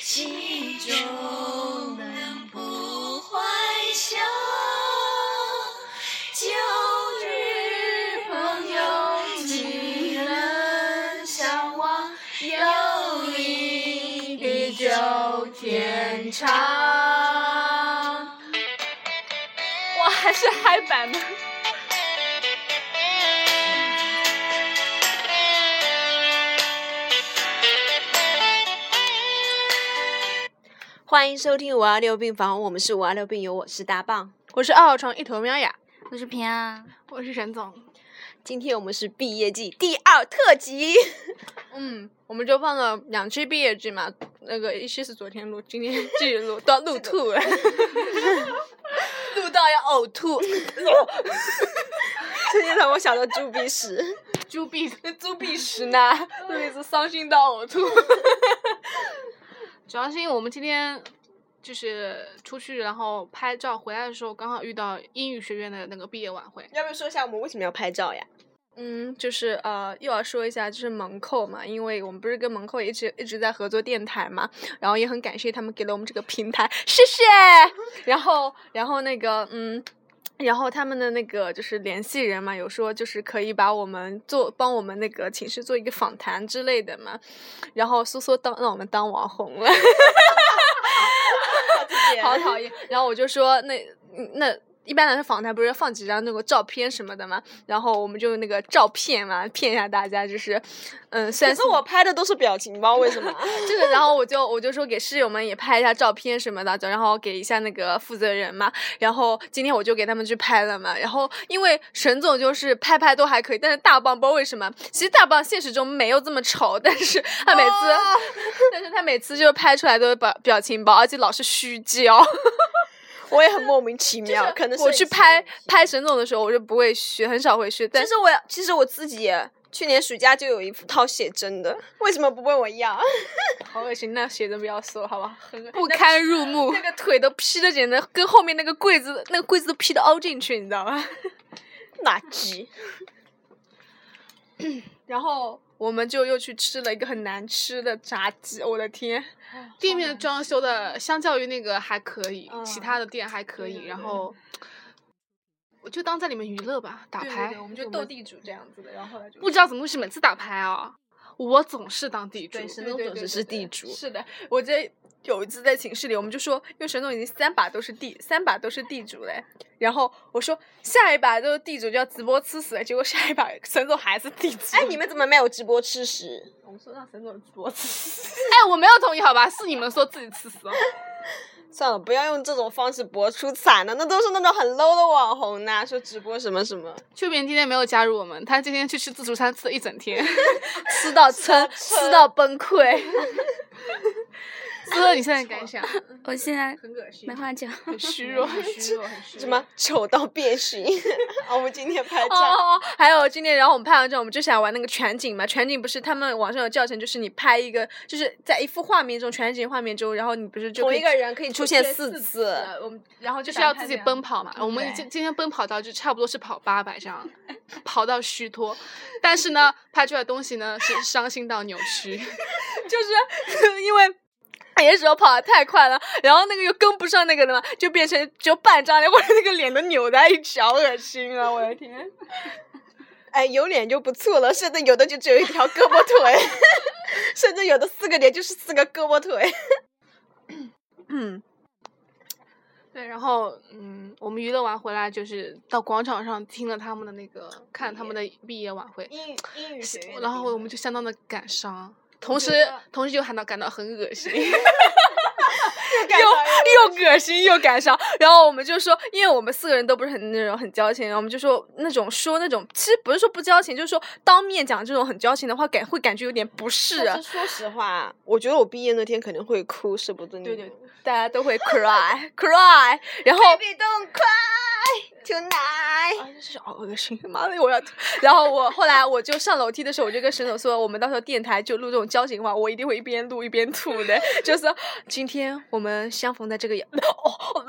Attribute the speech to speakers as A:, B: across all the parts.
A: 心中能不怀想？旧日朋友岂能相忘？友谊地久天长。
B: 哇，还是嗨版的。欢迎收听五二六病房，我们是五二六病友，我是大棒。
C: 我是二号床一头喵呀，
A: 我是平安，
C: 我是沈总。
B: 今天我们是毕业季第二特辑，
C: 嗯，我们就放了两期毕业季嘛，那个一期是昨天录，今天继续录， 到录吐了。
B: 录到要呕吐， 瞬间让我想到猪鼻屎。
C: 猪鼻猪鼻屎 呢，特别是伤心到呕吐。主要是因为我们今天就是出去，然后拍照回来的时候，刚好遇到英语学院的那个毕业晚会。
B: 要不要说一下我们为什么要拍照呀？
C: 嗯，就是呃，又要说一下，就是门扣嘛，因为我们不是跟门扣也一直一直在合作电台嘛，然后也很感谢他们给了我们这个平台，谢谢。 然后，然后那个，嗯，然后他们的那个就是联系人嘛，有说就是可以把我们做帮我们那个寝室做一个访谈之类的嘛，然后苏苏当让我们当网红了，好讨厌。然后我就说那嗯那。一般来说，访谈不是放几张那个照片什么的嘛，然后我们就那个照片嘛，骗一下大家，就是，嗯，虽
B: 可
C: 然
B: 是我拍的都是表情包，为 什么？
C: 这个，然后我就我就说给室友们也拍一下照片什么的，然后给一下那个负责人嘛。然后今天我就给他们去拍了嘛。然后因为沈总就是拍拍都还可以，但是大棒不知道为什么，其实大棒现实中没有这么丑，但是他每次，
B: 哦
C: 但是他每次就是拍出来都是表表情包，而且老是虚焦。
B: 我也很莫名其妙，可能是
C: 我去拍拍沈总的时候，我就不会虚，很少会虚，但
B: 其实我其实我自己也去年暑假就有一套写真 的，为什么不问我要？
C: 好恶心，那写的不要说了，好吧，很
A: 不
C: 堪入目。那个腿都劈的，简直跟后面那个柜子，那个柜子都劈的凹进去，你知道 吗？
B: 垃圾！
C: 然后我们就又去吃了一个很难吃的炸鸡，我的天！
D: 店面装修的相较于那个还可以，其
C: 嗯
D: 他的店还可
C: 对
D: 以，
C: 对
D: 然
C: 对
D: 后我就当在里面娱乐吧，打牌。
C: 我们就斗地主这样子的，然后后来就
D: 不知道怎么回事，每次打牌啊，我总是当地主
B: 对。是沈
C: 对
B: 总
C: 对
B: 总
C: 对
B: 是
C: 对
B: 是
C: 对
B: 地主
C: 是的，我这有一次在寝室里，我们就说，因为沈总已经三把都是地，三把都是地主嘞。然后我说下一把都是地主，就要直播吃屎了。结果下一把沈总还是地主。
B: 哎，你们怎么没有直播吃屎？
C: 我们说让沈总直播吃屎。
D: 哎，我没有同意，好吧？是你们说自己吃死哦。
B: 算了，不要用这种方式博出彩了，那都是那种很 low 的网红呐、说直播什么什么，
D: 秋萍今天没有加入我们，她今天去吃自助餐，吃了一整天，
C: 吃到撑，吃到崩 溃。
D: 苏苏，你现在感想？
A: 我现在
C: 很恶心
A: 没话讲。
D: 很虚弱，很虚弱，很虚
B: 什么丑到变 形。啊，我们今天拍
C: 哦
B: 照，
C: 哦，哦还有今天，然后我们拍完照，我们就想玩那个全景嘛。全景不是他们网上有教程，就是你拍一个，就是在一幅画面中，全景画面中，然后你不是就
B: 同
C: 可以
B: 一个人可以出现四
C: 四
B: 次。
C: 我们然后就
D: 就是要自己奔
C: 跑。
D: 跑嘛。我们
C: 对
D: 今今天奔跑到就差不多是跑八百这样，跑到虚脱，但是呢，拍出来的东西呢是伤心到扭曲。
C: 就是 因为有些时候跑的太快了，然后那个又跟不上那个了嘛，就变成只有半张脸，或者那个脸都扭在一起，好恶心啊！我的天，
B: 哎，有脸就不错了，甚至有的就只有一条胳膊腿， 甚至有的四个脸就是四个胳膊腿。
C: 嗯，
D: 对，然后嗯，我们娱乐完回来就是到广场上听了他们的那个看他们的毕业晚会，
B: 英语英语学
D: 然后我们就相当的感伤，同时同时又喊到感到很恶心。
C: 又又恶心又感伤。然后我们就说，因为我们四个人都不是很那种很矫情，然后我们就说那种说那种，其实不是说不矫情，就是说当面讲这种很矫情的话，感会感觉有点不适啊
B: 但。是说实话，我觉得我毕业那天肯定会哭，是不对？
C: 对对，大家都会 cry cry，然后
B: Baby don't cry tonight。
C: 啊，真是好恶心！妈的，我要吐。然后我后来我就上楼梯的时候，我就跟沈总说，我们到时候电台就录这种交情话，我一定会一边录一边吐的。就说今天我们相逢在这个，哦，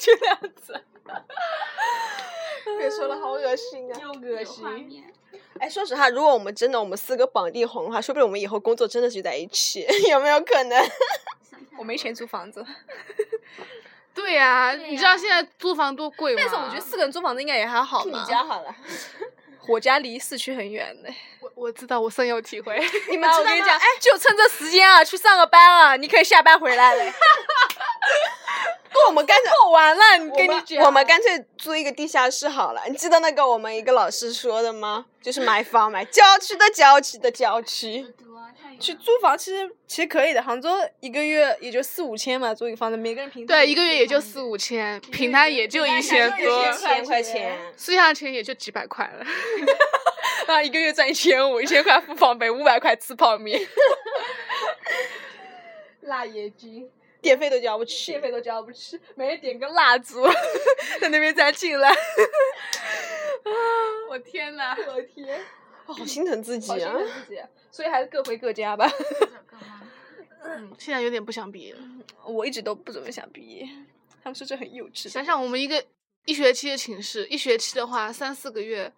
C: 就那样子。
D: 别说了，好恶心啊！
A: 又
D: 恶
A: 有画
D: 心
A: 面
B: 哎，说实话，如果我们真的我们四个绑定红的话，说不定我们以后工作真的就在一起， 有没有可能？
A: 想太
C: 我没钱租房子，
D: 对呀、
A: 对
D: 你知
A: 呀
D: 道现在租房多贵吗？
C: 但是我觉得四个人租房子应该也还好
B: 你
C: 嘛。
B: 家好了，
C: 我家离市区很远的。
D: 我我知道，我深有体会。
B: 你们
C: 妈，
B: 知
C: 我
B: 道
C: 跟你
B: 吗
C: 讲，哎，就趁这时间啊，去上个班啊，你可以下班回来了。
B: 不，我们干脆
C: 扣 完了，你
B: 我
C: 跟你
B: 们
C: 讲，
B: 我们干脆租一个地下室好了。你记得那个我们一个老师说的吗？就是买房买郊区的郊区的郊区。
A: 多啊，太远
C: 去
A: 了
C: 租房，其实其实可以的。杭州一个月也就四五千嘛，租一个房子，每个人平均
D: 对，一个月也就四五千，平摊也就一千
C: 平摊
D: 多
C: 也，
B: 一千块钱，
D: 私下钱也就几百块了。
C: 啊，一个月赚一千五，一千块付房费，五百块吃泡面，辣眼睛，
B: 电费都交不起
C: 电。费都交不起，每人点根蜡烛， 在那边再进来。
D: 我天呐，
C: 我天，
B: 哦好心疼自己
C: 好心
B: 啊！
C: 疼自己，所以还是各回各家吧。
A: 这个吗
D: 嗯，现在有点不想毕业了。
C: 我一直都不怎么想毕业，他们说这很幼稚。
D: 想想我们一个一学期的寝室，一学期的话三四个月，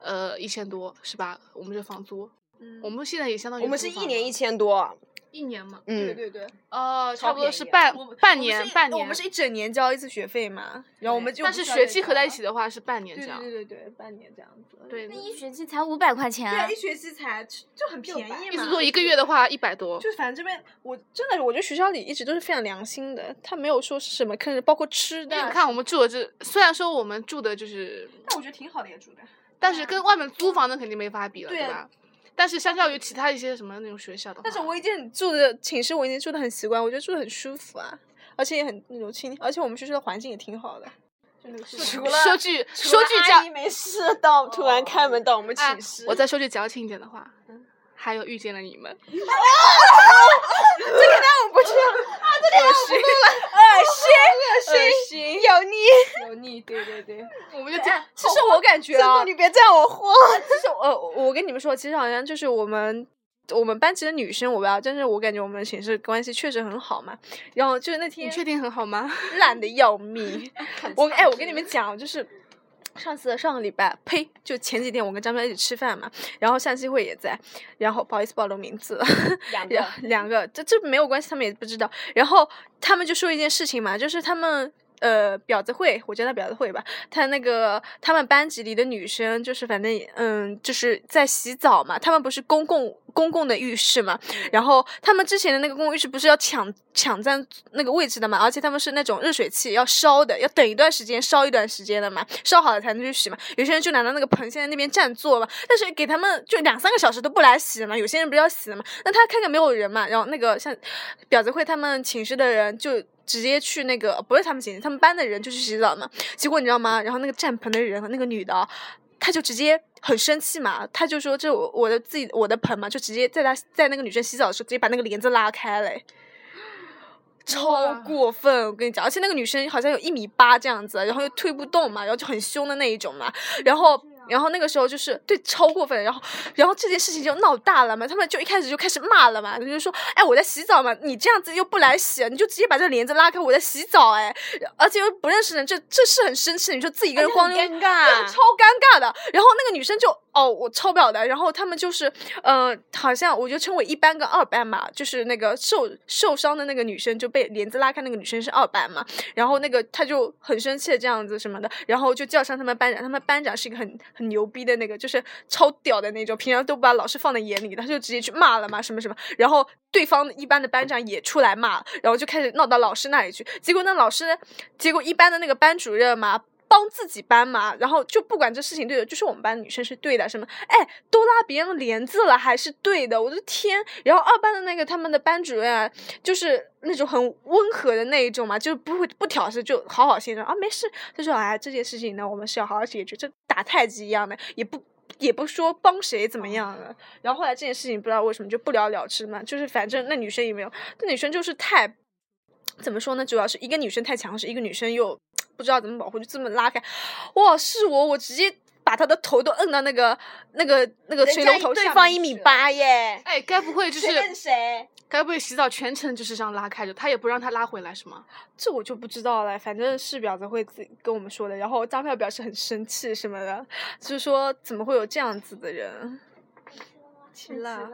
D: 呃，一千多是吧？我们这房租，我
C: 嗯
D: 们现在也相当于
B: 我们是
D: 租
B: 一
D: 房
B: 年
D: 了
B: 一千多，
D: 一年嘛，
C: 对
B: 嗯，
C: 对对，
D: 哦，差
B: 超
D: 不多
B: 便
D: 是
B: 宜
D: 半
C: 我们
D: 半
C: 我们是
D: 年
C: 一
D: 半年，
C: 我们是一整年交一次学费嘛，然后我们就
D: 但
C: 不
D: 是
C: 需要
D: 学
C: 再
D: 期
C: 交
D: 合在一
C: 了
D: 起的话是半年
C: 对
D: 这样
C: 对。对对对，半年这样子。
D: 对
A: 那一学期才五百块钱
C: 对
A: 啊
C: 啊，一，学期才就很便宜嘛。
D: 一直做一个月的话一百多，
C: 就反正这边我真的，我觉得学校里一直都是非常良心的，他没有说是什么坑人，包括吃的
D: 那
C: 啊。
D: 你看我们住的这，虽然说我们住的就是，
C: 但我觉得挺好的，也住的。
D: 但是跟外面租房的肯定没法比了，
C: 啊对
D: 对吧？但是相较于其他一些什么那种学校的话，
C: 但是我已经住的寝室，我已经住的很习惯，我觉得住的很舒服啊，而且也很那种清，而且我们学校的环境也挺好的。就那个宿舍
B: 除了
D: 说句
B: 除
D: 说
B: 了
D: 句
B: 阿
D: 矫
B: 姨没事到突然开门到我们
D: 哎
B: 寝室，
D: 我再说句矫情一点的话，嗯还有遇见了你们，
B: 不这样，
C: 恶
B: 恶心哎有你。
C: 心，油腻，对对对。
D: 我们就这样。
C: 其实我感觉
B: 真
C: 啊
B: 的，，你别这样我慌。
C: 其实呃，我跟你们说，其实好像就是我们我们班级的女生，我不知道，但是我感觉我们寝室关系确实很好嘛。然后就是那
D: 你
C: 天
D: 确定很好 吗？
C: 烂的 要命，我哎，我跟你们讲，就是。上次上个礼拜，呸，就前几天我跟张飘一起吃饭嘛，然后向西慧也在，然后不好意思暴露名字了，
B: 两
C: 两两个，这这没有关系，他们也不知道。然后他们就说一件事情嘛，就是他们呃婊子会，我叫她婊子会吧，她那个他们班级里的女生，就是反正也嗯，就是在洗澡嘛，他们不是公共公共的浴室嘛，然后他们之前的那个公共浴室不是要抢抢占那个位置的嘛，而且他们是那种热水器要烧的，要等一段时间烧一段时间的嘛，烧好了才能去洗嘛。有些人就拿到那个盆现在那边站坐嘛，但是给他们就两三个小时都不来洗嘛，有些人不是要洗的嘛，那他看见没有人嘛，然后那个像婊子会他们寝室的人就。直接去那个不是他们寝室，他们班的人就去洗澡嘛。结果你知道吗？然后那个站盆的人，那个女的啊，她就直接很生气嘛，她就说这我我的自己我的盆嘛，就直接在她在那个女生洗澡的时候，直接把那个帘子拉开了诶。超
D: 哇
C: 过分，我跟你讲，而且那个女生好像有一米八这样子，然后又推不动嘛，然后就很凶的那一种嘛，然后然后那个时候就是对超过分，然后然后这件事情就闹大了嘛，他们就一开始就开始骂了嘛，就说，哎，我在洗澡嘛，你这样子又不来洗，你就直接把这帘子拉开，我在洗澡，哎，而且又不认识人，这这是很生气，你说自己一个人光溜
B: 而且很尴
C: 对
B: 尬
C: 超尴尬的。然后那个女生就哦，我超不了的。然后他们就是呃，好像我就称为一班跟二班嘛，就是那个受受伤的那个女生就被帘子拉开，那个女生是二班嘛。然后那个她就很生气这样子什么的，然后就叫上他们班长，他们班长是一个很很牛逼的那个，就是超屌的那种，平常都不把老师放在眼里的，他就直接去骂了嘛，什么什么。然后对方一班的班长也出来骂，然后就开始闹到老师那里去。结果那老师，结果一班的那个班主任嘛。帮自己班嘛，然后就不管这事情对的，就是我们班女生是对的，什么哎都拉别人的帘子了还是对的，我的天！然后二班的那个他们的班主任啊，就是那种很温和的那一种嘛，就是不会不挑事，就好好先生啊没事，他说哎这件事情呢我们是要好好解决，就打太极一样的，也不也不说帮谁怎么样
B: 哦
C: 的。然后后来这件事情不知道为什么就不了了之嘛，就是反正那女生也没有，那女生就是太怎么说呢？主要是一个女生太强势，一个女生又不知道怎么保护，就这么拉开。哇，是我，我直接把她的头都摁到那个那个那个水龙头下面
B: 对方一
C: 去
B: 米
C: 了。
B: 八耶，
D: 哎，该不会就是
B: 谁跟谁？
D: 该不会洗澡全程就是这样拉开着，他也不让他拉回来是吗？
C: 这我就不知道了，反正是婊子会自己跟我们说的。然后张票表示很生气什么的，就是说怎么会有这样子的人？齐了，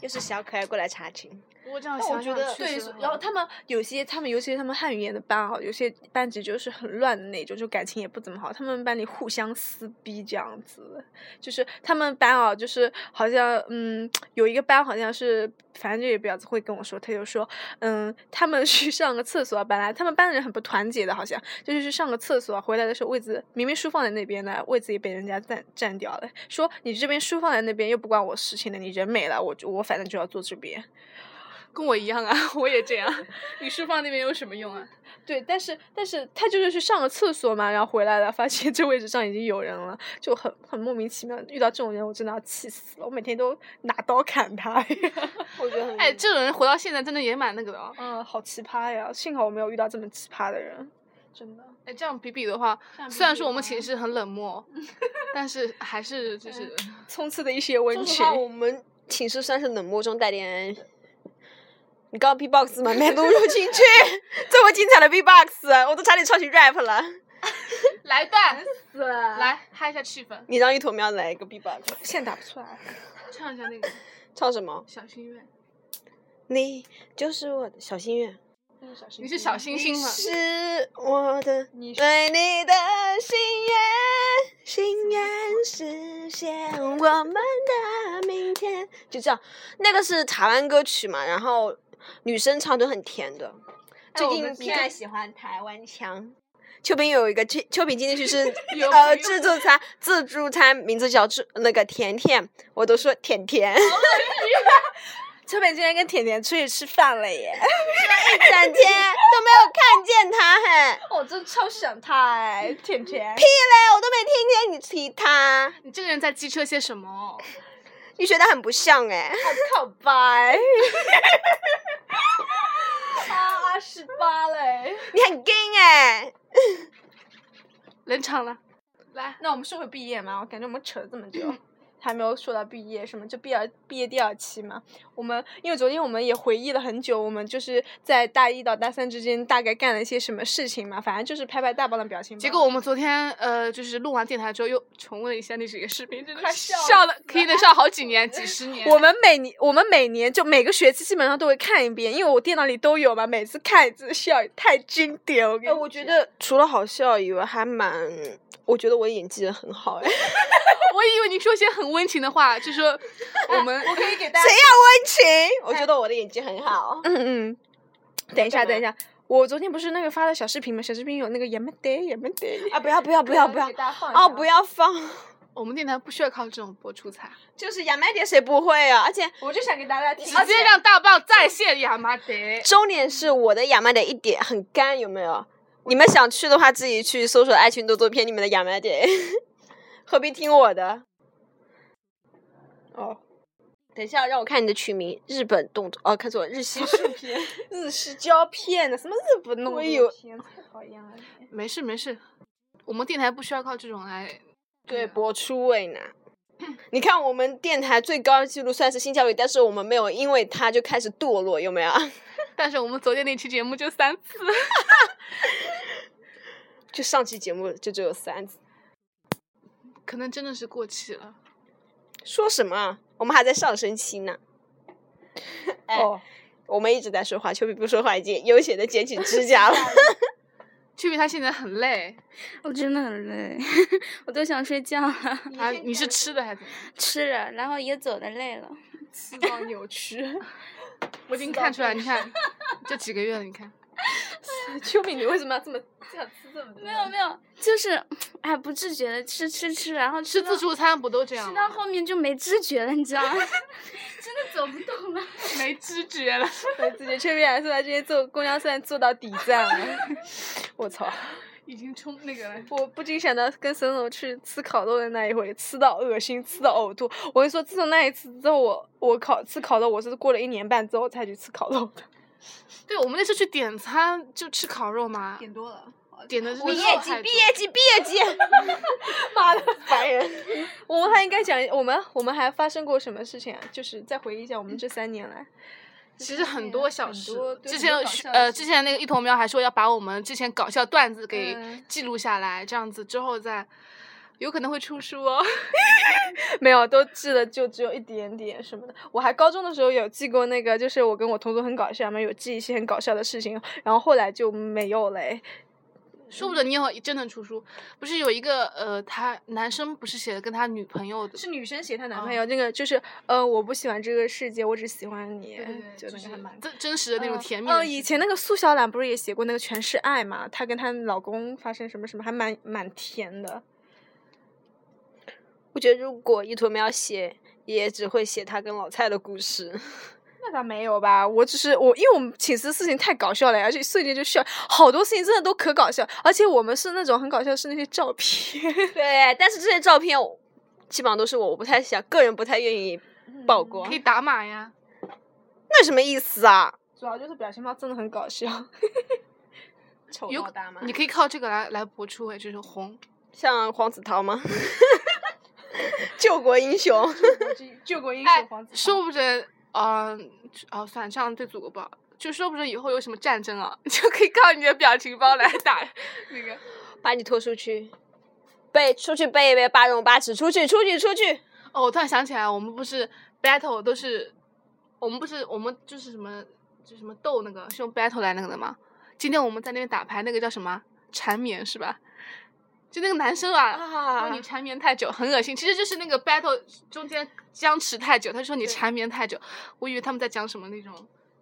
B: 又是小可爱过来查寝，
D: 不过这样
C: 但我
D: 想
C: 觉
D: 想
C: 得
D: 确
C: 对
D: 实，
C: 然后他们有些，他们尤其是他们汉语言的班啊，有些班级就是很乱的那种，就感情也不怎么好。他们班里互相撕逼这样子，就是他们班啊，就是好像嗯，有一个班好像是，反正这个婊子会跟我说，他就说嗯，他们去上个厕所啊，本来他们班的人很不团结的，好像就是去上个厕所啊，回来的时候位子明明书放在那边的，位子也被人家占占掉了，说你这边书放在那边又不关我事情的，你人没了，我就我反正就要坐这边。
D: 跟我一样啊，我也这样。你书放那边有什么用啊？
C: 对，但是但是他就是去上了厕所嘛，然后回来了，发现 这位置上已经有人了，就很很莫名其妙。遇到这种人，我真的要气死了，我每天都拿刀砍 他。
B: 我觉得很
D: 哎，这种人活到现在真的也蛮那个的哦。
C: 嗯，好奇葩呀！幸好我没有遇到这么奇葩的人，真的。
D: 哎，这样比比的话，
C: 样比
D: 虽然
C: 比
D: 说
C: 的
D: 我们
C: 话
D: 寝室很冷 漠，但是还是就是
C: 冲刺的一些温
B: 说实
C: 情
B: 话，，我们寝室算是冷漠中带点。你刚刚 B-box 吗？没录入进去， 这么精彩的 B-box，我都差点唱起 rap 了。
D: 来一段，来嗨一下气氛，
B: 你让一坨喵来一个 B-box，
C: 现在打不出来。
D: 唱一下那个
B: 唱什么？
D: 小心愿。
B: 你就是我的小心愿，
D: 嗯你是小星星吗？
B: 是我的
C: 你是
B: 对你的心愿，心愿实现我们的明天。就这样，那个是台湾歌曲嘛，然后女生唱都很甜的。最
C: 我
B: 近
C: 们
B: 偏爱喜欢台湾腔。秋萍有一个秋秋萍今天去吃
D: 有
B: 呃
D: 病
B: 自助餐，自助餐名字叫自那个甜甜，我都说甜甜。
C: 秋北今天跟甜甜出去吃饭了耶！
B: 整天都没有看见他嘿，
C: 我真超想他哎，甜 甜。
B: 哎，我都没听见你提他，
D: 你这个人在机车些什么哦？
B: 你学的很不像哎。
C: 靠白。 啊，二十八嘞！
B: 你很 gay 哎、
D: 冷场了，来，
C: 那我们说回毕业嘛，我感觉我们扯了这么久，还没有说到毕业什么，就毕业毕业第二期嘛。我们因为昨天我们也回忆了很久，我们就是在大一到大三之间大概干了一些什么事情嘛，反正就是拍拍大包的表情包。
D: 结果我们昨天呃，就是录完电台之后又重温了一下那几个视频，真的
C: 快
D: 笑
C: 笑
D: 的可以能笑 好几年、几十年。
C: 我们每年我们每年就每个学期基本上都会看一遍，因为我电脑里都有嘛，每次看一次笑，太经典呃了。我跟
B: 哎，
C: 你
B: 我觉
C: 讲
B: 得除了好笑以外，还蛮，我觉得我演技很好哎。谁
D: 我以为你说些很温情的话，就说 我们
C: 我可以给大家
B: 要温情？我觉得我的演技很好。
C: 嗯，嗯，等一下，
D: 干嘛
C: 等一下，我昨天不是那个发了小视频吗？小视频有那个也没得，也没得。
B: 啊！不要不要不要不要！哦，不
C: 要！
B: 要放！
D: 我们电台不需要靠这种播出彩，
B: 就是牙买点谁不会啊？而且
C: 我就想给大家听
D: 直
C: 而且
D: 接让大爆在线亚麻 德。
B: 重点是我的牙买点一点很干，有没有？你们想去的话，自己去搜索爱情动作片里面的牙买点， 何必听我的？
C: 哦，
B: 等一下，让我看你的曲名，日本动作哦，看错了，日系视频。
C: 日式胶片的，什么日本弄
B: 我
C: 的
B: 以为
C: 天，太讨厌了。
D: 没事没事，我们电台不需要靠这种来。
B: 对，
C: 嗯
B: 播出 位呢。你看，我们电台最高纪录算是性教育，但是我们没有因为它就开始堕落，有没 有？
D: 但是我们昨天那期节目就三次，
B: 就上期节目就只有三次，
D: 可能真的是过期了。
B: 说什么啊？我们还在上升期呢。哎
C: 哦，
B: 我们一直在说话，丘比不说话已经悠闲的剪起指甲了。
D: 区别他现在很累
A: 我真的很累， 我都想睡觉了，
D: 啊，你是吃的还是怎么样？
A: 吃了，然后也走的累了。
C: 四到扭 曲。
D: 我已经看出来，你看这几个月了，你 看
C: 秋饼，你为什么要 这么这样吃这么多？
A: 没有没有，就是哎，不自觉的吃吃吃，然后
D: 吃
A: 到
D: 自助餐不都这样
A: 吃到
D: 吗？
A: 后面就没知觉了，你知道 吗？真的走不动了。
D: 没知觉了，
C: 我自己秋饼还是在这边坐公交站坐到底站了。 我操！
D: 已经冲那个了。
C: 我不禁想到跟沈总去吃烤肉的那一回，吃到恶心，吃到呕吐。我跟你说，自从那一次之后，我我烤吃烤肉，我是过了一年半之后才去吃烤肉的。
D: 对，我们那次去点餐就吃烤肉嘛，
C: 多了，
D: 点的真的
B: 毕
D: 受
B: 业季，
D: 害
B: 毕
D: 者
B: 业季，毕业季，
C: 妈的，
B: 烦人。
C: 我们还应该讲，我们我们还发生过什么事情啊？就是再回忆一下我们这三年来，
D: 其实很
A: 对
D: 多
A: 很
D: 小事
A: 多，对
D: 之
A: 很
D: 前
A: 多
D: 有
A: 搞
D: 学
A: 笑的
D: 呃，
A: 事
D: 之前那个一坨喵还说要把我们之前搞笑段子给
C: 嗯
D: 记录下来，这样子之后再有可能会出书哦。
C: 没有都记得就只有一点点什么的。我还高中的时候有记过那个，就是我跟我同桌很搞笑嘛，有记一些很搞笑的事情，哦然后后来就没有嘞。
D: 说不准你以后真能出书。不是有一个呃，他男生不是写的跟他女朋友的，
C: 是女生写她男朋
B: 哦
C: 友，那个就是呃，我不喜欢这个世界，我只喜欢你，
D: 对对对，就
C: 就那
D: 是
C: 个还蛮。
D: 真真实的那种
C: 嗯
D: 甜蜜
C: 嗯、
B: 哦
D: 的事
C: 以
D: 情
C: 前那个苏小懒不是也写过那个《全是爱》嘛？她跟她老公发生什么什么，还蛮蛮甜的。
B: 我觉得如果一坨喵写，也只会写他跟老蔡的 故事。
C: 那倒没有吧，我只是我，因为我们寝室事情太搞笑了，而且瞬间就笑，好多事情真的都可搞笑，而且我们是那种很搞笑，是那些照片。
B: 对，但是这些照片我基本上都是我，我不太想，个人不太愿意
D: 嗯
B: 曝光
D: 可。以打码呀。
B: 那有什么意思啊？
C: 主要就是表情包真的很搞笑， 丑
D: 有
C: 到 大妈
D: 你可以靠这个来来博出位，就是红。
B: 像黄子 韬吗？救国英雄，
C: 救国英
D: 哎
C: 雄黄子
D: 说不准，嗯、哦，算了，这样对祖国不好。就说不准以后有什么战争啊， 就可以靠你的表情包来打那个。
B: 把你拖出去，背出去背一背八荣八耻，出去出去出去。
D: 哦，我突然想起来，我们不是 battle 都是，我们不是我们就是什么就什么斗那个是用 battle 来那个的吗？今天我们在那边打牌，那个叫什么缠绵是吧？就那个男生啊，说
B: 啊
D: 你缠绵太久，很恶心。其实就是那个 battle 中间僵持太久，他说你缠绵太久，我以为他们在讲什么那种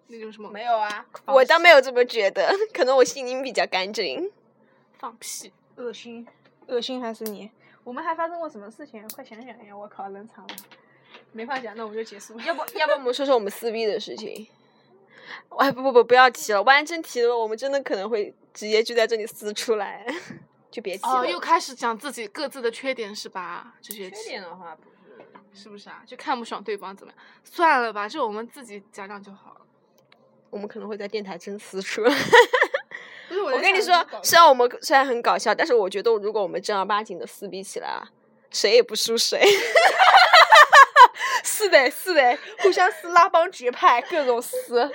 D: 那种什么
C: 有啊，
B: 我倒没有这么觉得，可能我心灵比较干净。
D: 放屁。
C: 恶心，恶心还是你？我们还发生过什么事情？快想想呀！我靠，冷场了，没话讲，那我就结束了。
B: 要不， 要不我们说说我们撕逼的事情？ 哎，不不不，不要提了，万一真提了，我们真的可能会直接就在这里撕出来， 就别提了。
D: 哦，又开始讲自己各自的缺点是吧？这学期
B: 的话，不
D: 是不是啊？就看不爽对方怎么样？算了吧，这我们自己讲讲就好了。
B: 我们可能会在电台真撕出来。
C: 不是我
B: 我跟你说，虽然我们虽然很搞笑，但是我觉得如果我们正儿八经的撕逼起来啊，谁也不输 谁。
C: 是的，是的，互相撕拉帮结派，各种撕。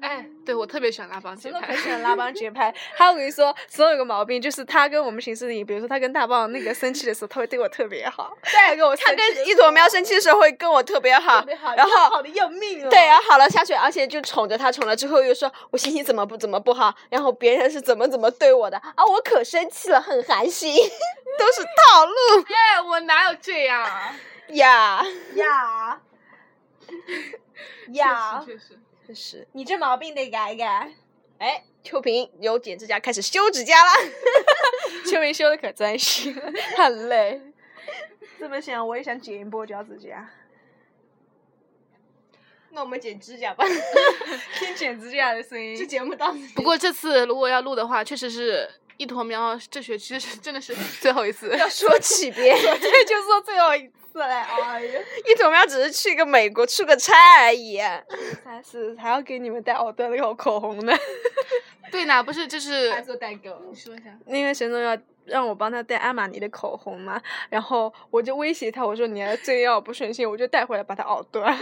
D: 哎，对我特别喜欢拉帮结
C: 真的
D: 派
C: 很，喜欢拉帮结派。还有我跟你说，总有个毛病，就是他跟我们寝室里，比如说他跟大棒那个生气的时候，他会对我特别好。对，跟我
B: 他
C: 生气的
B: 跟
C: 时
B: 一
C: 候
B: 朵喵生气的时候会跟我特别 好，
C: 特别好，
B: 然 后
C: 他好的要命哦了。
B: 对，然后好了下去，而且就宠着他，宠了之后又说我心情怎么不怎么不好，然后别人是怎么怎么对我的啊，我可生气了，很寒心， 都是套路
D: 哎，我哪有这样啊？
B: 呀。
C: 呀呀，
D: 确实确实，
B: 真是，
C: 你这毛病得改改。
B: 哎，秋萍由剪指甲开始修指 甲啦，
C: 秋明修的可专心，他很累。这么想，我也想剪一波脚趾甲。
B: 那我们剪指甲吧。
C: 听剪指甲的声音，
B: 这节目到此
D: 不过这次如果要录的话，确实是一坨喵，这学期是真的 是最后一次。
B: 要说起别，
C: 这就说最后一次了。哎呀，
B: 一朵喵只是去个美国出个差而已。啊
C: 三四还要给你们带奥黛丽和口红呢。
D: 对呢，不是就是
C: 做代购。
D: 你说一下，
C: 那个沈总要让我帮他带阿玛尼的口红嘛，然后我就威胁他，我说你要真要不顺心，我就带回来把它咬断。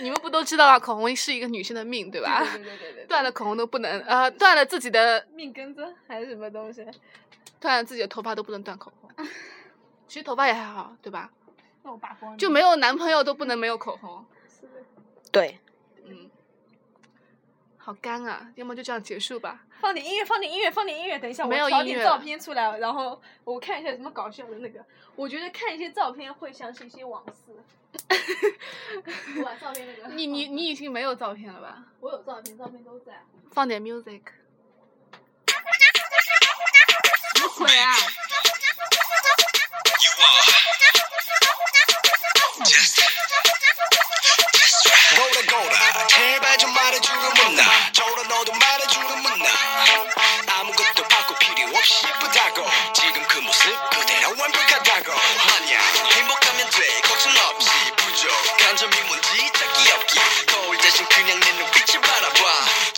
D: 你们不都知道啊？口红是一个女生的命，对吧？
C: 对对对，
D: 断了口红都不能，呃，断了自己的
C: 命根子还是什么东西？
D: 断了自己的头发都不能断口红。 其实头发也还好，对吧？
C: 那我拔光
D: 就没有男朋友都不能没有口红，
B: 对，
D: 嗯，好干啊！要么就这样结束吧。
C: 放点音乐，放点音乐，放点音乐。等一下，我
D: 没有
C: 调
D: 音
C: 点
D: 乐
C: 照
D: 了
C: 片出来，然后我看一下什么搞笑的那个。我觉得看一些照片会想起一些往 事。我把照片那个，
D: 你你你已经没有照片了吧？
C: 我有照片，照片都在。
D: 放点 music。什么鬼啊！
E: 거라 거라 제발 좀 말해주면 못나 저런 너도 말해주면 못나 아무것도 바꿀 필요 없이 예쁘다고 지금 그 모습 그대로 완벽하다고 만약 행복하면 돼 걱정 없이 부족한 점이 뭔지 찾기 없기 거울 대신 그냥 내 눈빛을 바라봐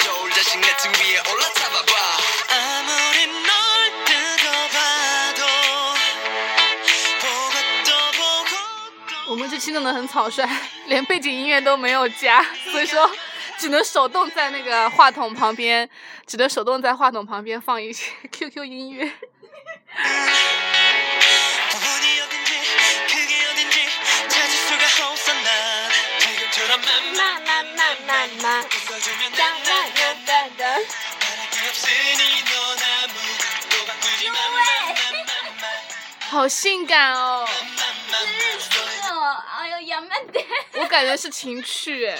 E: 저울 대신 내 등 위에 올라타봐봐 아,
D: 这期弄得很草率， 连背景音乐都没有加，所以说只能手动在那个话筒旁边，只能手动在话筒旁边放一些 QQ 音乐。
E: 부분이 어딘지 그게 어딘지 찾을 수가 없어 난 지금처럼
B: 마마마마마
E: 웃어주면 난난
B: 짠짠짠짠짠
E: 바랄 게 없으니 넌 아무것도 바꾸지 마마마마마마마
D: 好性感哦！
A: 哎呦，杨曼的，
D: 我感觉是情趣哎，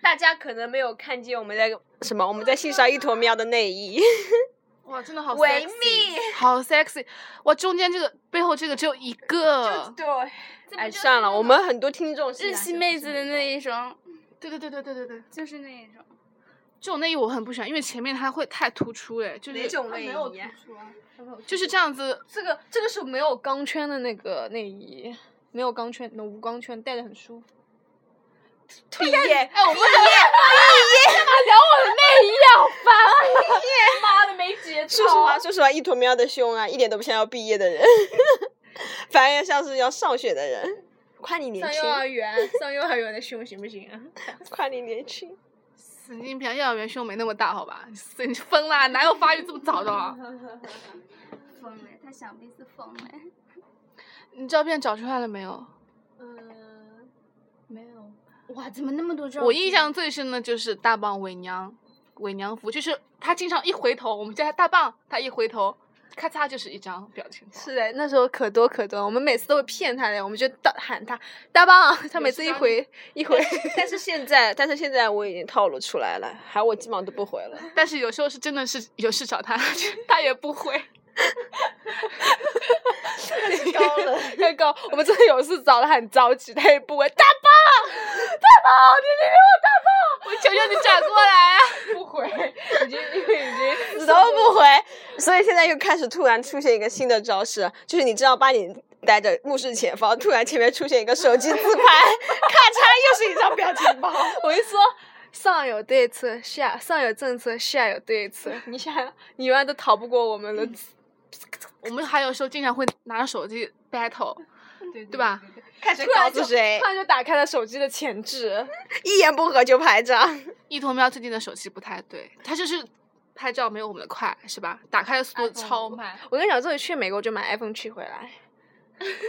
B: 大家可能没有看见我们在什么，我们在欣赏一坨喵的内衣，
D: 哇，真的好
B: 维
D: sexy，好 sexy！哇，中间这个背后这个只有一个，
B: 对，哎，算了，我们很多听众是
A: 日
B: 男
A: 系
B: 生
A: 妹子的那一双，
D: 对对对对对对对，
A: 就是那一种。
D: 这种内衣我很不喜欢，因为前面它会太突出哎，就是
B: 哪种
D: 它
B: 内
D: 没有
B: 衣呀
D: 突出啊它没有就是这样子
C: 这个这个是没有钢圈的那个内衣，没有钢圈，那无钢圈，戴着很舒服。
B: 毕业，
D: 哎，我们
C: 啊
A: 妈的没节
B: 说实话，说实话，一坨喵的胸啊，一点都不像要毕业的人， 反而像是要上学的人。夸你年
C: 上
B: 轻
C: 幼，儿园，上幼儿园的胸行不行啊？
B: 夸你年轻，
D: 神经病啊，幼儿园胸没那么大好吧？神经疯啦，哪有发育这么早的啊？
A: 疯了，他想必是疯了。
D: 你照片找出来了没有？
A: 嗯，没有。哇，怎么那么多照片？
D: 我印象最深的就是大棒伪娘，伪娘服，就是她经常一回头，我们叫她大棒，她一回头，咔嚓就是一张表情包。
C: 是的，那时候可多可多，我们每次都会骗他的，我们就大喊他大棒，他每次一回一 回，
B: 但是现在，但是现在我已经套路出来了，还我基本上都不回了。
D: 但是有时候是真的是有事找她， 她也不回。
B: 高冷，
C: 那个我们真的有事找他很着急，他也不回大
D: 我求求你转过来啊！
C: 不回，已经因为已经
B: 死都不回。所以现在又开始突然出现一个新的招式，就是你知道八点待着目视前方，突然前面出现一个手机自拍，咔 嚓又是一张表情 包。
C: 我一说上有对策，下上有政策，下有对策， 你想你永远都逃不过我 们的。
D: 我们还有时候经常会拿着手机 battle，对 吧？
B: 看谁搞死谁
C: 突，然就打开了手机的前置，
B: 一言不合就拍照。
D: 一坨喵最近的手机不太对，它就是拍照没有我们的快，是吧？打开的速度超慢。
C: 我跟你讲，这回去美国就买 iPhone 七回来，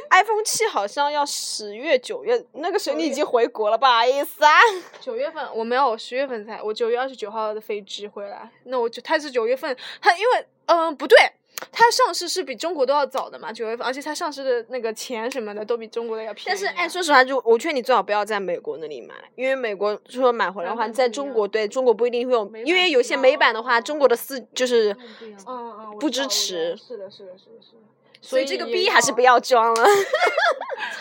B: iPhone 七好像要十月、九月，那个时候你已经回国了，不好意思啊。
C: 九月份我没有，我十月份才，我九月二十九号的飞机回来。那我就它是九月份，它因为嗯、不对，它上市是比中国都要早的嘛，九月份，而且它上市的那个钱什么的都比中国的要便宜。
B: 但是哎，说实话，就我劝你最好不要在美国那里买，因为美国说买回来的话，
D: 版本
B: 在
D: 不一
B: 中
D: 样
B: 国对中国不一定会有，
D: 美
B: 因
D: 版
B: 为
D: 不
B: 有
D: 一
B: 些
D: 样
B: 美版的话，中国的四就是
C: 嗯嗯，我
B: 不
C: 知道
B: 支持
C: 我知道是的，是的，是的，是的。
B: 所以这个
C: 也
B: 逼还是
C: 要
B: 不要装了。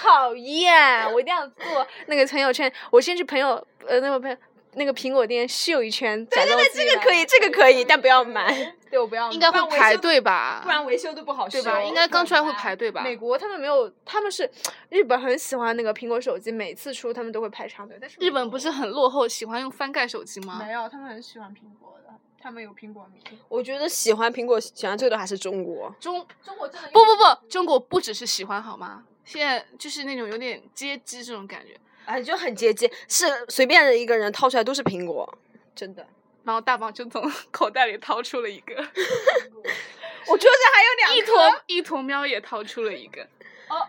C: 讨厌，我一定要做那个朋友圈。我先去朋友呃那个朋友那个苹果店秀一圈，假装自己
B: 这个
C: 买
B: 可以，这个可以，但不要买，
C: 对我不要买，
D: 应该会
B: 不然维
D: 排
B: 修
D: 队吧？
B: 维修都不好
D: 对吧？应该刚出来会排队吧？
C: 美国他们没有，他们是日本很喜欢那个苹果手机，每次出他们都会排长队。但是
D: 日本不
C: 是
D: 是很落后，喜欢用翻盖手机吗？
C: 有，他们很喜欢苹果的，他们有苹果迷。
B: 我觉得喜欢苹果喜欢最多还是中国，
D: 中
C: 中国真的
D: 不不不，中国不只是喜欢好吗？现在就是那种有点街机这种感觉，
B: 哎，就很接近，是随便的一个人掏出来都是苹果，真的。
D: 然后大宝就从 口袋里掏出了一个，
B: 我桌上还有
D: 一
B: 两
D: 坨一坨喵也掏出了一个，哦，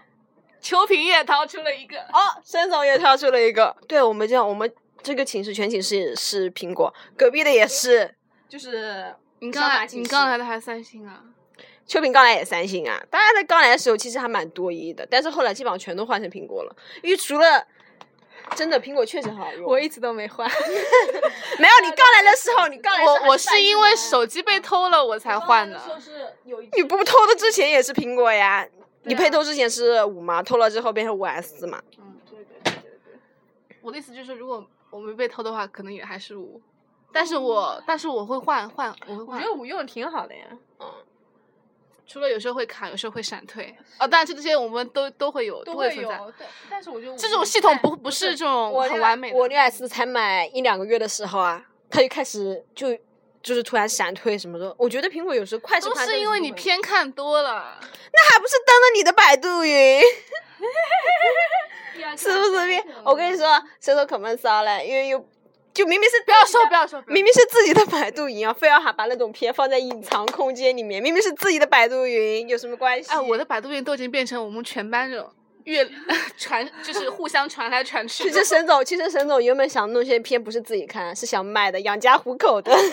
D: 秋萍也掏出了一个，
B: 哦，沈总也掏出了一个。对，我们这样，我们这个寝室全寝室是苹果，隔壁的也是， 就是
D: 你
B: 上
D: 刚
B: 马
D: 来
B: 其
D: 你
B: 士
D: 刚来的还三星啊？
B: 秋萍刚来也三星啊。大家在刚来的时候其实还蛮多疑的，但是后来基本上全都换成苹果了，因为除了。真的，苹果确实很好用。
C: 我一直都没换，
B: 没有你刚来的时候，你刚来的时候还
D: 我我
B: 三
D: 是
B: 星
D: 因为手机被偷了我才换的，
C: 是有一
B: 你不偷的之前也是苹果呀，你
D: 啊
B: 被偷之前是五嘛，偷了之后变成五 S 嘛。
D: 我的意思就是如果我没被偷的话，可能也还是五。但是我，但是我会换换，我会
C: 我觉
D: 换
C: 得。五用的挺好的呀。
D: 除了有时候会卡，有时候会闪退。哦，当然这这些我们都都会有，都会存在。，
C: 对，但是我觉得
D: 这种系统不不是这种
B: 我
D: 哦很
B: 六
D: 完美的。
B: 我六 S 才买一两个月的时候啊，它就开始就就是突然闪退什么的。我觉得苹果有时候快手
D: 都
B: 它
D: 是因为你偏看多了，
B: 那还不是登了你的百度云？
C: 啊
B: 是 不是变？我跟你说，谁说可闷骚嘞？因为又就明明是啊
D: 不要说，不要说，不要
B: 明明是自己的百度云啊，非要还把那种片放在隐藏空间里面，明明是自己的百度云，有什么关系？啊
D: 哎，我的百度云都已经变成我们全班这种越 传，就是互相传来传去
B: 其
D: 的。
B: 实沈总，其实沈总原本想弄些片，不是自己看，啊是想卖的，养家糊口的。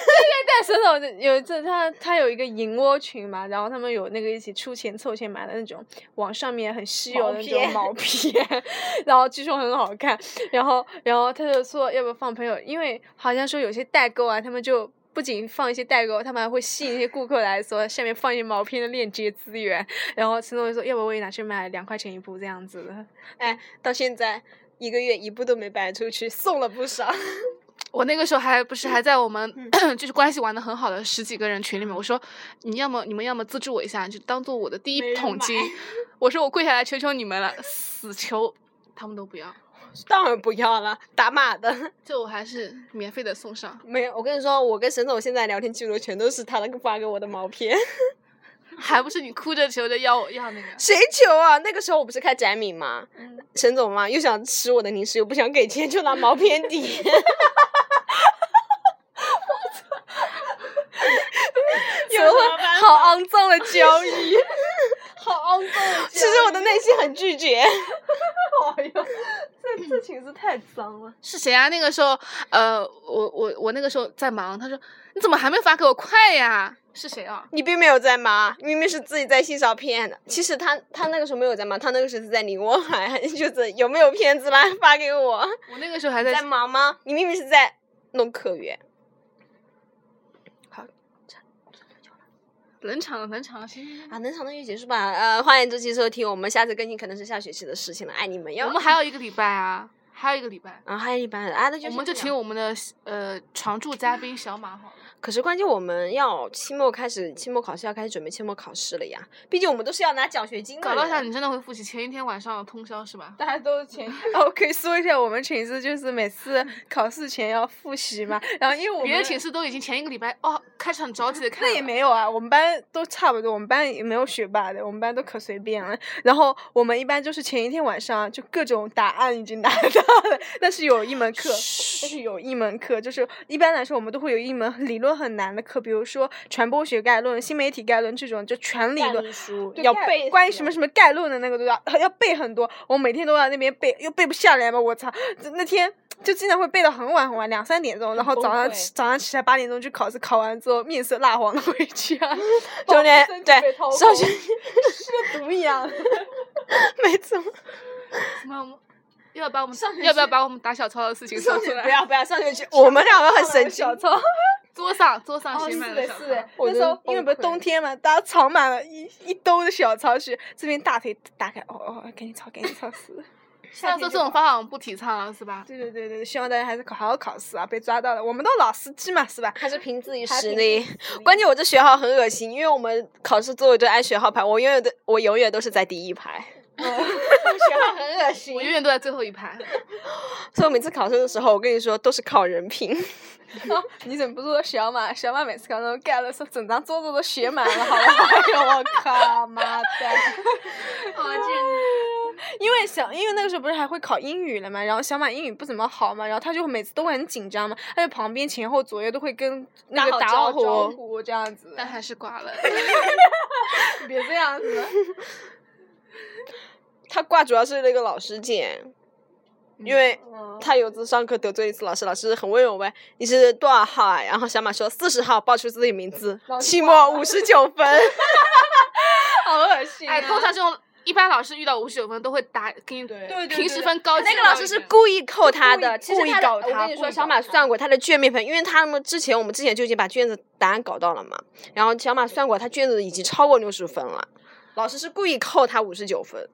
C: 但沈总有一次他他有一个银窝群嘛，然后他们有那个一起出钱凑钱买的那种网上面很稀有的那种毛片， 然后据说很好看，然后然后他就说要不要放朋友，因为好像说有些代购啊，他们就。不仅放一些代购，他们还会吸引一些顾客来说，下面放一些毛片的链接资源。然后陈总就说：“要不我也拿去买两块钱一部这样子的。”
B: 哎，到现在一个月一部都没摆出去，送了不少。
D: 我那个时候还不是
B: 嗯
D: 还在我们 就是关系玩的很好的十几个人群里面，我说你要么你们要么资助我一下，就当做我的第
B: 没
D: 一
B: 人
D: 桶
B: 买
D: 金。我说我跪下来求求你们了，死求他们都不要，
B: 当然不要了，打码的。
D: 这我还是免费的送上。
B: 没有，我跟你说，我跟沈总现在聊天记录全都是他那个发给我的毛片。，
D: 还不是你哭着求着要我要那个
B: 谁求啊？那个时候我不是看展米吗？沈总嘛，又想吃我的零食，又不想给钱，就拿毛片 抵。有了，好肮脏的交易，
C: 好肮脏！
B: 其实我的内心很拒绝。
C: 哎呦，这这裙子太脏了。
D: 是谁啊？那个时候，呃，我我我那个时候在忙，他说你怎么还没发给我？快呀！是谁啊？
B: 你并没有在忙，明明是自己在欣赏片的。其实他他那个时候没有在忙，他那个时候是在领我买， 就是有没有片子来发给我？
D: 我那个时候还
B: 你
D: 在
B: 在忙吗？你明明是在弄客源。
D: 冷场冷场，行行行
B: 啊，能长的就结束吧。呃，欢迎这期收听，我们下次更新可能是下学期的事情了，爱你们哟。
D: 我们还有一个礼拜啊，还有一个礼拜，
B: 啊，还有一般啊，那就
D: 我
B: 先
D: 们就
B: 这
D: 请
B: 样。
D: 我们的呃常驻嘉宾小马好了。
B: 可是关键我们要期末开始，期末考试要开始准备期末考试了呀。毕竟我们都是要拿奖学金的
D: 搞到
B: 人
D: 下你真的会复习，前一天晚上通宵是吧？
C: 大家都前哦，可以说一下我们寝室就是每次考试前要复习嘛，然后因为我们
D: 别的寝室都已经前一个礼拜哦，开始很着急的看
C: 那
D: 了。
C: 也没有啊，我们班都差不多，我们班也没有学霸的，我们班都可随便了。然后我们一般就是前一天晚上就各种答案已经拿到了，但是有一门课，但是有一门课就是一般来说我们都会有一门理论很难的课，比如说传播学概论、新媒体概论这种，就全理
B: 概
C: 论
B: 论书
C: 就
B: 要
C: 概
B: 背
C: 关于
B: 死
C: 什么什么概论的那个都要要背很多，我每天都要那边背，又背不下来嘛，我操！这那天就经常会背到很晚很晚，两三点钟，然后
B: 崩
C: 早上
B: 溃
C: 起早上起来八点钟去考试，考完之后面色蜡黄的回 家，
B: 中间
C: 身体
B: 对
C: 被掏
B: 上
C: 空
B: 学
C: 是个毒一样。
B: 没错。
D: 什么我们要把我们要不要把我们打小抄的事情说出
B: 不
D: 来？
B: 要不要，上学去，我们两个很神奇。
C: 小抄，
D: 桌上桌上
C: 哦，
D: 写
C: 是
D: 满了
C: 的，
D: 小抄
C: 是的。
B: 我
C: 那
B: 真
C: 时候因
B: 崩
C: 为不是
B: 溃
C: 冬天嘛，大家藏满了一一兜的小抄去，这边大腿打开，哦哦，哦赶紧抄，赶紧抄死。
D: 虽然说这种方法我们不提倡了是吧？
C: 对对对对，希望大家还是考好好考试啊！被抓到了，我们都老司机嘛，是吧？
B: 还是凭自己
C: 还
B: 实
C: 凭
B: 力
C: 自己实。力
B: 关键我这学号很恶心，因为我们考试座位都按学号排，我永远都我永远都是在第一排。学号很恶心
D: 我永远都在最后一排。
B: 所以我每次考试的时候，我跟你说都是考人品。
C: 你怎么不说小马？小马每次考那种盖了，说整张桌子都写满了，好吧？ 哎呦我靠，妈 的！
B: 啊
C: 因为小，因为那个时候不是还会考英语了嘛，然后小马英语不怎么好嘛，然后他就每次都会很紧张嘛，他就旁边前后左右都会跟那个
B: 打好
C: 打好
B: 招
C: 招
B: 呼
C: 呼这样子，
D: 但还是挂了。
C: 别这样 子。
B: 他挂主要是那个老师见，
C: 嗯
B: 因为 他有次上课得罪一次老师，老师很温柔问你是多少号啊？然后小马说四十号，报出自己名字
C: 老，师
B: 期
C: 挂
B: 末五十九分。
C: 好恶心、啊！
D: 哎，通常这种一般老师遇到五十九分都会打给你
C: 对对
D: 平
C: 对
D: 时
C: 对
D: 分高。
B: 那个老师是故意扣他的，
C: 故意
B: 其实
C: 故意
B: 他的
C: 搞
B: 我
C: 他
B: 跟你
C: 故
B: 说，
C: 意
B: 小
C: 搞
B: 马
C: 他
B: 算过他的卷面盆，因为他们之前我们之前就已经把卷子答案搞到了嘛，然后小马算过他卷子已经超过六十分了，老师是故意扣他五十九分。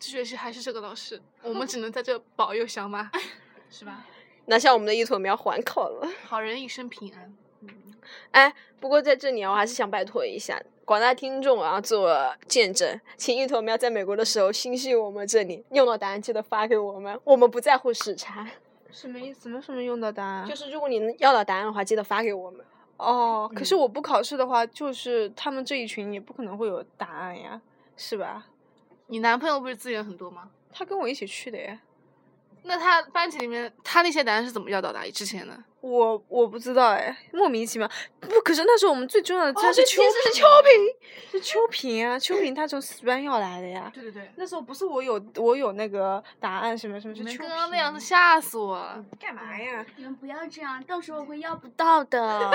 D: 这学期还是这个老师，我们只能在这保佑小马，是吧？
B: 那像我们的一图，我们要还口了。
D: 好人一生平安。
B: 哎，不过在这里啊，我还是想拜托一下广大听众啊，做见证，请一头喵在美国的时候心系我们这里，用到答案记得发给我们，我们不在乎时差。
C: 什么意思？没什么用的答案
B: 就
C: 就是
B: 如果你能要到答案的话，记得发给我们。嗯
C: 哦，可是我不考试的话，就是他们这一群也不可能会有答案呀，是吧？
D: 你男朋友不是资源很多吗？
C: 他跟我一起去的呀，
D: 那他班级里面他那些男人是怎么要到达之前的？
C: 我我不知道哎，莫名其妙。不，可是那时候我们最重要的他是
B: 对
C: 秋
B: 哦其实是
C: 是秋萍，是秋萍啊，秋萍她从四班要来的呀。
D: 对对对，
C: 那时候不是我有我有那个答案什么什么
D: 你
C: 是
D: 们
C: 秋萍
D: 刚刚那样子吓死我了。
C: 干嘛
B: 嗯
C: 呀？
A: 你们不要这样，到时候会要不到的。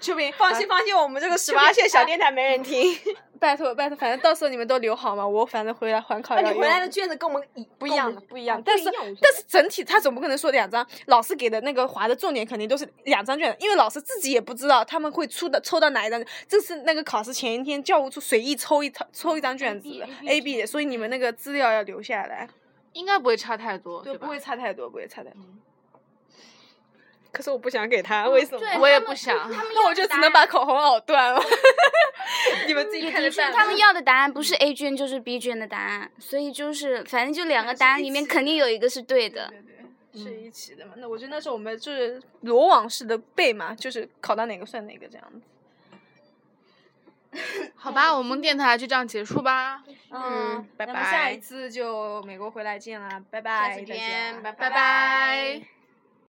C: 秋萍，
B: 放心放心，我们这个十八线小电台没人听。
C: 拜托拜托，反正到时候你们都留好嘛，我反正回来还考
B: 那
C: 要
B: 哦你
C: 用。
B: 回来的卷子跟我们一
C: 不一样的，
B: 跟
C: 啊
B: 我们
C: 不一样的。
B: 不
C: 但
B: 一
C: 是
B: 样我觉
C: 但
B: 得
C: 是整体他总不可能说两张老师给的那个划的重点肯定都是两张卷，因为老师自己也不知道他们会出的抽到哪一张。这是那个考试前一天教务处随意抽一抽抽一张卷子
A: AB
C: A B，所以你们那个资料要留下来，
D: 应该不会差太多，
C: 对，
D: 吧？
C: 不会差太多，不会差太多。
D: 嗯
B: 可是我不想给
C: 嗯
B: 他，为什 么？
A: 对
D: 我也
A: 他们
D: 不想
A: 他们
C: 那
A: 要
C: 我就
A: 的答
C: 只能把
A: 案
C: 口红咬断了， 你们自己看着
A: 的确
C: 办吧。
A: 他们要的答案不是 A 卷就是 B 卷的答案，所以就是反正就两个答案里面肯定有一个是对的。
C: 是
D: 嗯
C: 一起的嘛？那我觉得那时候我们就是罗网式的背嘛，啊就是考到哪个算哪个这样子。
D: 好吧，我们电台就这样结束吧，
C: 嗯，
D: 拜
C: 那么下一
D: 拜
C: 次就美国回来见啦，拜
D: 下
C: 啊拜，
D: 次
C: 再
D: 见，
C: 见
D: 拜拜。